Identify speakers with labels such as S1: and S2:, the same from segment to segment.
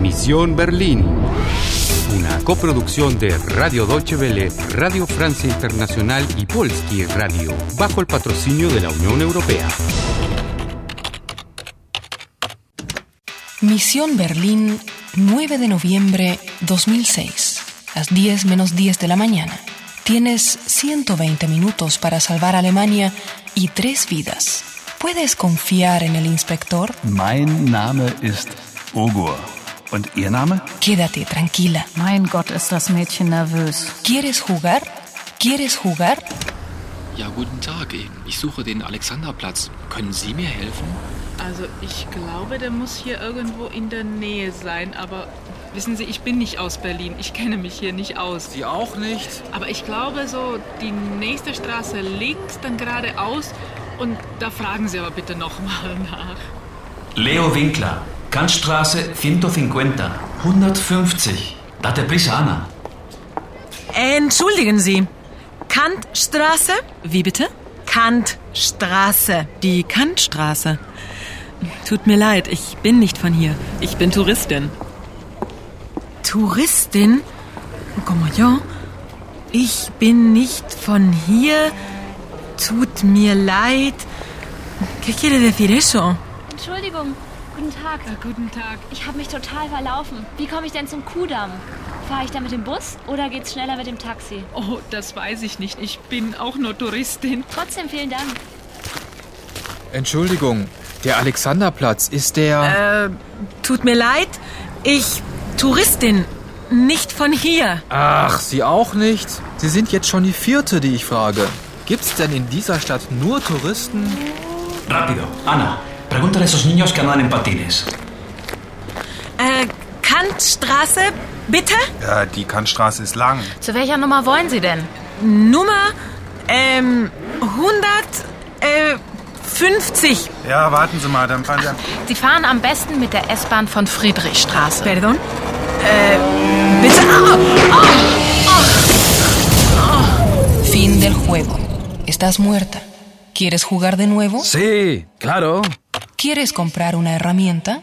S1: Misión Berlín. Una coproducción de Radio Deutsche Welle, Radio Francia Internacional y Polski Radio, bajo el patrocinio de la Unión Europea.
S2: Misión Berlín, 9 de noviembre 2006, las 10 menos 10 de la mañana. Tienes 120 minutos para salvar a Alemania y tres vidas. ¿Puedes confiar en el inspector?
S3: Mein Name ist Ogur. Und Ihr Name?
S2: Quédate tranquila.
S4: Mein Gott, ist das Mädchen nervös.
S2: ¿Quieres jugar? ¿Quieres jugar?
S5: Ja, guten Tag. Ich suche den Alexanderplatz. Können Sie mir helfen?
S6: Also ich glaube, der muss hier irgendwo in der Nähe sein, aber wissen Sie, ich bin nicht aus Berlin. Ich kenne mich hier nicht aus.
S7: Sie auch nicht?
S6: Aber ich glaube so, die nächste Straße links, dann geradeaus und da fragen Sie aber bitte nochmal nach.
S8: Leo Winkler, Kantstraße 150, 150. Date prisa, Anna.
S9: Entschuldigen Sie. Kantstraße?
S4: Wie bitte?
S9: Kantstraße.
S4: Die Kantstraße. Tut mir leid, ich bin nicht von hier. Ich bin Touristin.
S9: Touristin? Comment ja? Ich bin nicht von hier. Tut mir leid. ¿Qué quiere decir eso?
S10: Entschuldigung, guten Tag.
S6: Ja, guten Tag.
S10: Ich habe mich total verlaufen. Wie komme ich denn zum Kudamm? Fahre ich da mit dem Bus oder geht's schneller mit dem Taxi?
S6: Oh, das weiß ich nicht. Ich bin auch nur Touristin.
S10: Trotzdem vielen Dank.
S7: Entschuldigung, der Alexanderplatz ist der.
S9: Äh, tut mir leid. Ich Touristin, nicht von hier.
S7: Ach, Sie auch nicht? Sie sind jetzt schon die vierte, die ich frage. Gibt's denn in dieser Stadt nur Touristen?
S8: Rápido, Ana, pregúntale a esos niños que andan en patines.
S9: Äh, Kantstraße, bitte?
S11: Ja, die Kantstraße ist lang.
S4: Zu welcher Nummer wollen Sie denn?
S9: Nummer ähm äh, 150.
S11: Ja, warten Sie mal, dann fahren wir.
S4: Sie fahren am besten mit der S-Bahn von Friedrichstraße.
S9: Perdón. Äh, bitte. Ah,
S2: Fin del juego. Estás muerta. ¿Quieres jugar de nuevo?
S7: Sí, claro.
S2: ¿Quieres comprar una herramienta?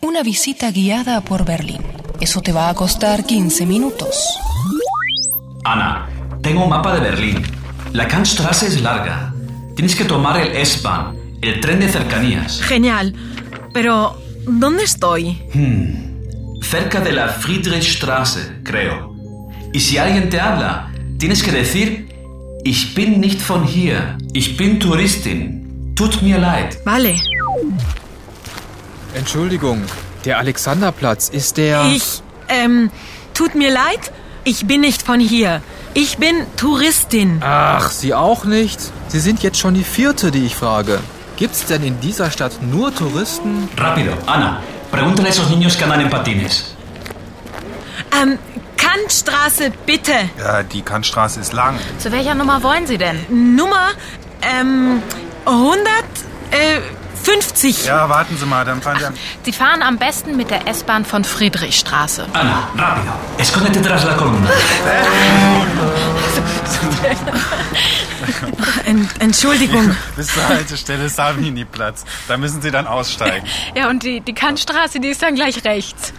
S2: Una visita guiada por Berlín. Eso te va a costar 15 minutos.
S8: Ana, tengo un mapa de Berlín. La Kantstraße es larga. Tienes que tomar el S-Bahn, el tren de cercanías.
S9: Genial. Pero, ¿dónde estoy?
S8: Cerca de la Friedrichstraße, creo. Y si alguien te habla, tienes que decir: Ich bin nicht von hier. Ich bin Touristin. Tut mir leid.
S9: Vale.
S7: Entschuldigung, der Alexanderplatz ist der.
S9: Ich, ähm, tut mir leid. Ich bin nicht von hier. Ich bin Touristin.
S7: Ach, Sie auch nicht? Sie sind jetzt schon die vierte, die ich frage. Gibt's denn in dieser Stadt nur Touristen?
S8: Rápido, Ana, pregúntale a esos niños que andan en patines.
S9: Ähm, Kantstraße, bitte.
S11: Ja, Äh, die Kantstraße ist lang.
S4: Zu welcher Nummer wollen Sie denn?
S9: Nummer, ähm, äh, 150.
S11: Ja, warten Sie mal, dann fahren wir.
S4: Sie fahren am besten mit der S-Bahn von Friedrichstraße.
S8: Ana, rápido. Escóndete tras la columna.
S9: Ent- Entschuldigung.
S11: Bis zur Haltestelle Savini-Platz. Da müssen Sie dann aussteigen.
S4: Ja, und die, die Kantstraße, die ist dann gleich rechts.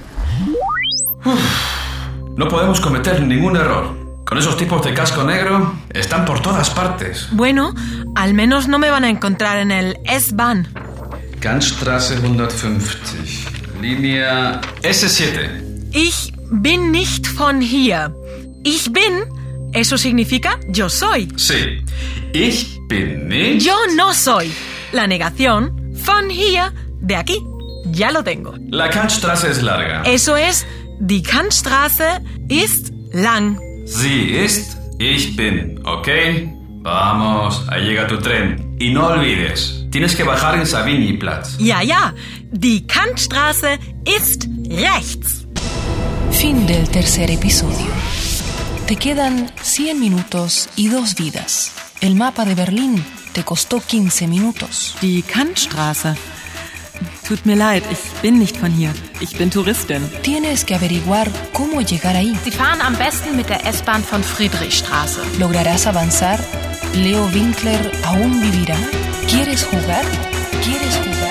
S8: No podemos cometer ningún error. Con esos tipos de casco negro, están por todas partes.
S9: Bueno, al menos no me van a encontrar en el S-Bahn.
S8: Kantstraße 150, línea S7.
S9: Ich bin nicht von hier. Ich bin, eso significa yo soy.
S8: Sí. Ich bin nicht.
S9: Yo no soy. La negación, von hier, de aquí. Ya lo tengo.
S8: La Kantstraße es larga.
S9: Eso es, die Kantstraße ist lang.
S8: Sie ist, ich bin, ¿ok? Vamos, ahí llega tu tren. Y no olvides, tienes que bajar en Saviniplatz.
S9: Ja, ja, die Kantstraße ist rechts.
S2: Fin del tercer episodio. Te quedan 100 minutos y dos vidas. El mapa de Berlín te costó 15 minutos.
S4: Die Kantstraße. Tut mir leid, ich bin nicht von hier. Ich bin Touristin.
S2: Tienes que averiguar cómo llegar ahí.
S4: Sie fahren am besten mit der S-Bahn von Friedrichstraße.
S2: ¿Lograrás avanzar? ¿Leo Winkler aún vivirá? ¿Quieres jugar? ¿Quieres jugar?